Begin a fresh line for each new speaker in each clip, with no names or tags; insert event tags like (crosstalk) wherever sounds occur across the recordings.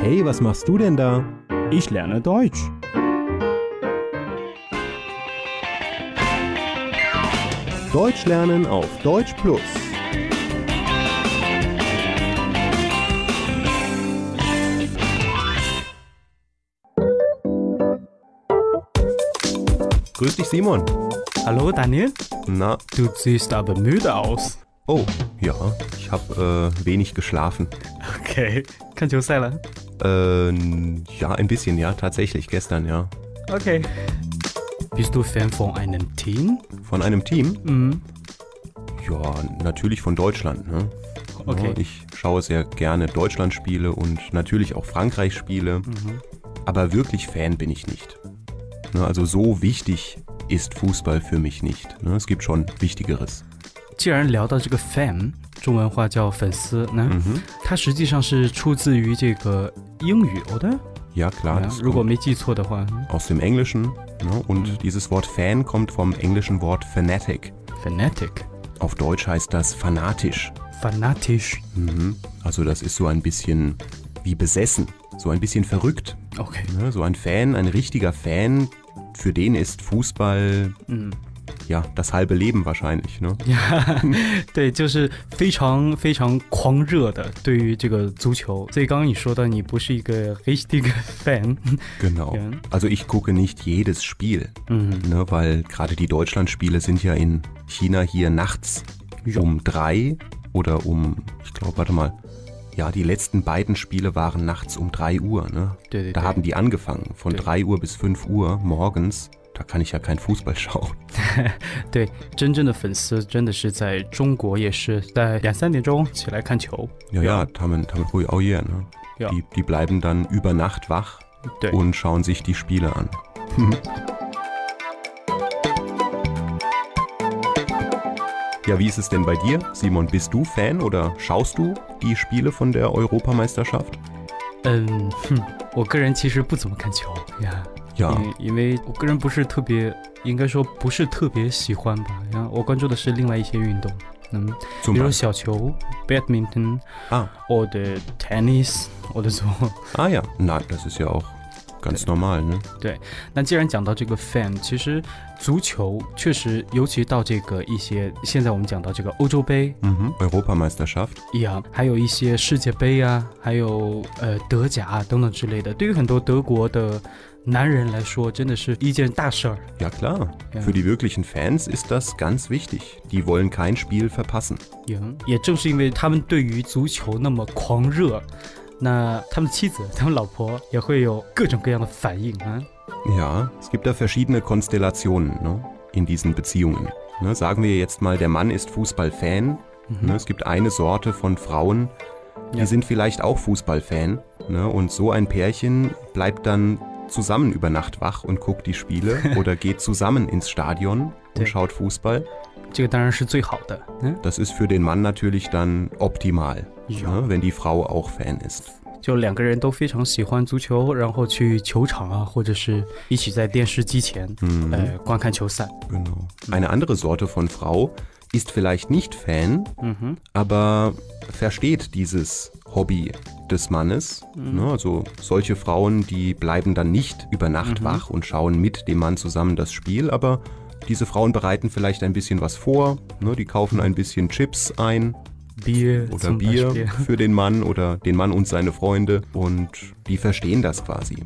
Hey, was machst du denn da?
Ich lerne Deutsch.
Deutsch lernen auf Deutsch Plus. Grüß dich, Simon.
Hallo Daniel,
Na,
du siehst aber müde aus.
oh, ja, ich habe äh, wenig geschlafen.
Okay，看球赛了。
Äh, ja, ein bisschen, ja, tatsächlich, gestern, ja.
Okay. Bist du Fan von einem Team?
Von einem Team?
Mhm.
Ja, natürlich von Deutschland, ne?
Okay.
Ja, ich schaue sehr gerne Deutschland-Spiele und natürlich auch Frankreich-Spiele. Aber wirklich Fan bin ich nicht. Ne, also so wichtig ist Fußball für mich nicht. Ne, es gibt schon Wichtigeres.
既然聊到这个 fan，中文话叫粉丝，那、它实际上是出自于这个英语，oder？哦
Ja, klar. das
啊如果
kommt
没记错的话嗯
aus dem Englischen. Ne, und dieses Wort Fan kommt vom englischen Wort Fanatic.
，fanatic。
Auf Deutsch heißt das fanatisch.
Fanatisch.
Mhm. Also das ist so ein bisschen wie besessen, so ein bisschen verrückt.
Okay.
Ne, so ein Fan, ein richtiger Fan, für den ist Fußball
Mhm.
ja das halbe Leben wahrscheinlich. Ne?
对，就是非常非常狂热的对于这个足球。所以刚刚你说到你不是一个 (laughs) richtig fan，
Genau.
Ja. Mhm.
Also ich gucke nicht jedes Spiel, ne, weil gerade die Deutschlandspiele sind ja in China hier nachts um drei oder um, ich glaube, warte mal. Ja, die letzten beiden Spiele waren nachts um 3 Uhr. Ne?
Der- der-
Da haben die angefangen, von 3 Uhr bis 5 Uhr morgens. Da kann ich ja kein Fußball (laughs) schauen.
对，真正的粉丝真的是在中国，也是在两三点钟起来看球。
Ja, ja, Tamen, Tamen Hui auch hier. Ne?
Ja.
Die, die bleiben dann über Nacht wach
对，
und schauen sich die Spiele
(laughs)
an. ja, wie ist es denn bei dir? Simon, bist du Fan oder schaust du die Spiele von der Europameisterschaft?
嗯，哼，我个人其实不怎么看球呀，
Ja,
因为因为我个人不是特别，应该说不是特别喜欢吧。然后我关注的是另外一些运动，啊嗯，
zum
比如
Beispiel.
小球 （badminton）
Ah,
或者 tennis 或者说。 (laughs)
ah ja, na, das ist ja auch ganz normal, ne?
那既然讲到这个 fan，其实足球确实，尤其到这个一些现在我们讲到这个欧洲杯
Mhm. Europameisterschaft.
呀，还有一些世界杯啊，还有呃德甲啊等等之类的，对于很多德国的男人来说，真的是一件大事儿。
Ja klar,
Ja.
für die wirklichen Fans ist das ganz wichtig. Die wollen kein Spiel verpassen.
也嗯也正是因为他们对于足球那么狂热。那他们妻子、他们老婆也会有各种各样的反应啊。
Ja, es gibt da verschiedene Konstellationen ne, in diesen Beziehungen. Ne, sagen wir jetzt mal, der Mann ist Fußballfan. Ne, es gibt eine Sorte von Frauen, die
Mhm. Ja.
sind vielleicht auch Fußballfan. Ne, und so ein Pärchen bleibt dann zusammen über Nacht wach und guckt die
(laughs)
Spiele oder geht zusammen ins Stadion
Ja.
und schaut Fußball.
这个当然是最好的，嗯，
Das ist für den Mann natürlich dann optimal,
Ja.
ne, wenn die Frau auch Fan ist.
就两个人都非常喜欢足球，然后去球场啊，或者是一起在电视机前，呃，观看球赛。
Genau. Eine andere Sorte von Frau ist vielleicht nicht Fan,
Mhm.
aber versteht dieses Hobby des Mannes.
Mhm.
Ne? Also solche Frauen, die bleiben dann nicht über Nacht
Mhm.
wach und schauen mit dem Mann zusammen das Spiel, aber diese Frauen bereiten vielleicht ein bisschen was vor. Ne? Die kaufen ein bisschen Chips ein
，Bier
oder
zum
Bier
Beispiel.
(laughs) für den Mann oder den Mann und seine Freunde und die verstehen das quasi.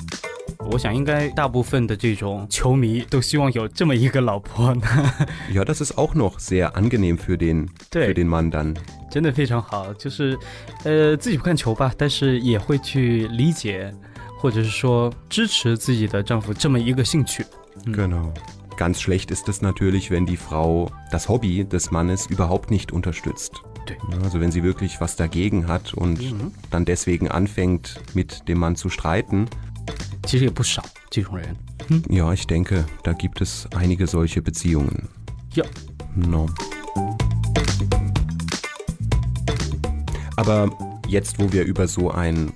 我想应该大部分的这种球迷都希望有这么一个老婆呢， (laughs)
Ja, das ist auch noch sehr angenehm für den,
Dang.
für den Mann dann.
真的非常好。就是，呃，自己不看球吧，但是也会去理解，或者是说支持自己的丈夫这么一个兴趣。
Genau. Ganz schlecht ist es natürlich, wenn die Frau das Hobby des Mannes überhaupt nicht unterstützt.
Dö.
Also wenn sie wirklich was dagegen hat und dann deswegen anfängt, mit dem Mann zu streiten.
其实也不少这种人。
Ja, ich denke, da gibt es einige solche Beziehungen.
Ja.
No. Aber jetzt, wo wir über so ein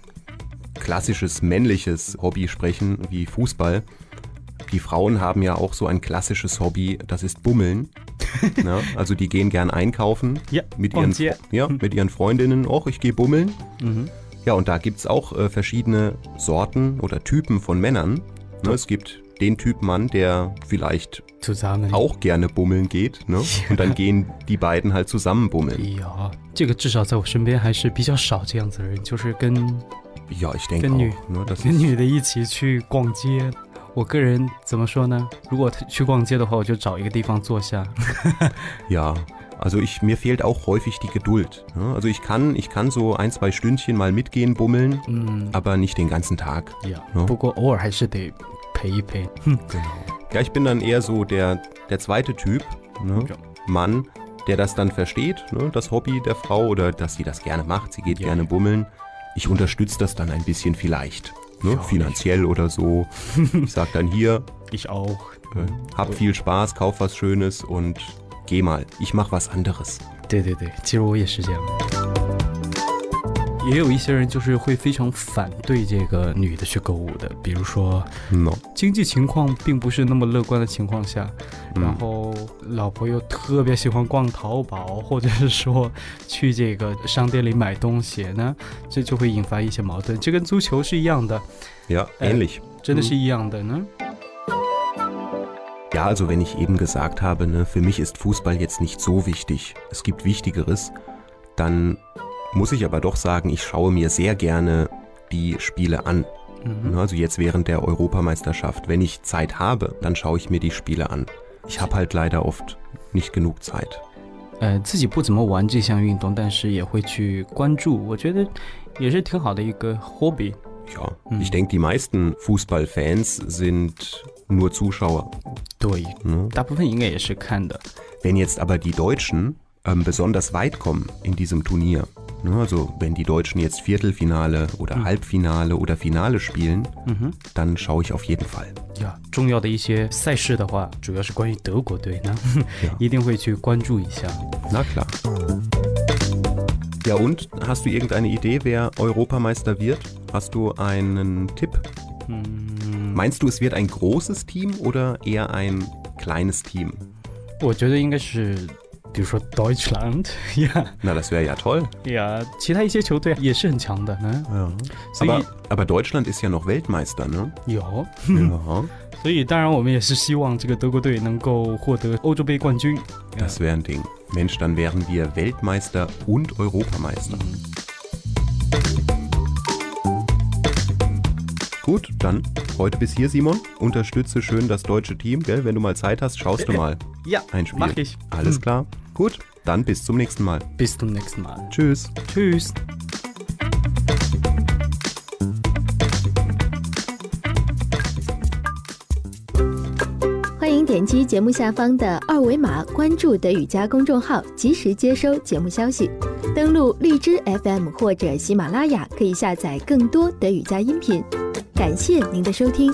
klassisches männliches Hobby sprechen, wie Fußball, die Frauen haben ja auch so ein klassisches Hobby, das ist Bummeln.
(laughs)
Na, also die gehen gern einkaufen
Ja,
mit,
und
ihren,
hier- 嗯
ja, mit ihren Freundinnen. Och, ich gehe bummeln. Ja, und da gibt's auch äh, verschiedene Sorten oder Typen von Männern. Ne, es gibt den Typ Mann, der vielleicht
zusammen。
auch gerne bummeln geht. Ne? Und dann gehen die beiden halt zusammen bummeln.
有，啊这个至少在我身边还是比较少这样子的人，就是跟
Ja, ich denke
Wenn nü-
auch. Ne? Das
跟
ist,
女的一起去逛街。我个人怎么说呢？如果去逛街的话，我就找一个地方坐下。
ja. Also ich, mir fehlt auch häufig die Geduld. Ne? Also ich kann, ich kann so ein, zwei Stündchen mal mitgehen, bummeln,
嗯，
aber nicht den ganzen Tag.
呀、
喏
不过偶尔还是得陪一陪。
Ja, ich bin dann eher so der, der zweite Typ, ne?
Ja.
Mann, der das dann versteht, ne? das Hobby der Frau oder dass sie das gerne macht, sie geht
Ja.
gerne bummeln. Ich unterstütze das dann ein bisschen vielleicht, ne?
Ja,
finanziell oder
(laughs)
so. Ich sag dann hier,
Ich auch。
äh,
嗯
hab viel Spaß, kauf was Schönes und geh mal, ich mach was anderes.
对对对，其实我也是这样。也有一些人就是会非常反对这个女的去购物的，比如说
No.
经济情况并不是那么乐观的情况下，然
Mm.
后老婆又特别喜欢逛淘宝，或者是说去这个商店里买东西呢，这就会引发一些矛盾。这跟足球是一样的，
Ja,
Äh,
ähnlich.
真的是一样的呢。
Ja, also wenn ich eben gesagt habe, ne, für mich ist Fußball jetzt nicht so wichtig, es gibt Wichtigeres, dann muss ich aber doch sagen, ich schaue mir sehr gerne die Spiele an.
嗯
Ne, Also jetzt während der Europameisterschaft, wenn ich Zeit habe, dann schaue ich mir die Spiele an. Ich habe halt leider oft nicht genug Zeit.
呃，自己不怎么玩这项运动，但是也会去关注，我觉得也是挺好的一个 hobby。
Ja,
Mhm.
ich denke, die meisten Fußballfans sind nur Zuschauer.
对，嗯
Ne?
大部分应该也是看的。
Wenn jetzt aber die Deutschen ähm, besonders weit kommen in diesem Turnier, ne, also wenn die Deutschen jetzt Viertelfinale oder Halbfinale oder Finale spielen,
嗯哼，
dann schaue ich auf jeden Fall.
呀，重要的一些赛事的话，主要是关于德国队呢，
Ja.
(laughs) 一定会去关注一下。
Na klar. Ja und, hast du irgendeine Idee, wer Europameister wird? Hast du einen Tipp?
嗯，
Meinst du, es wird ein großes Team oder eher ein kleines Team?
我觉得应该是，比如说 Deutschland (laughs) 呀
Na, das wäre ja toll.
呀，其他一些球队也是很强的呢，所以
Aber, aber Deutschland ist ja noch Weltmeister, ne?
有， (laughs)
Ja.
所以当然我们也是希望这个德国队能够获得欧洲杯冠军。呀
Das wäre ein Ding. Mensch, dann wären wir Weltmeister und Europameister. Gut, dann heute bis hier, Simon. Unterstütze schön das deutsche Team, gell? Wenn du mal Zeit hast, schaust
(laughs)
du mal
Ja,
ein Spiel.
mach ich. Hm.
Alles klar. Gut, dann bis zum nächsten Mal.
Bis zum nächsten Mal.
Tschüss.
Tschüss.
Podcast 欢迎点击节目下方的二维码关注德语家公众号，及时接收节目消息。登录荔枝 FM 或者喜马拉雅，可以下载更多德语家音频。感谢您的收听。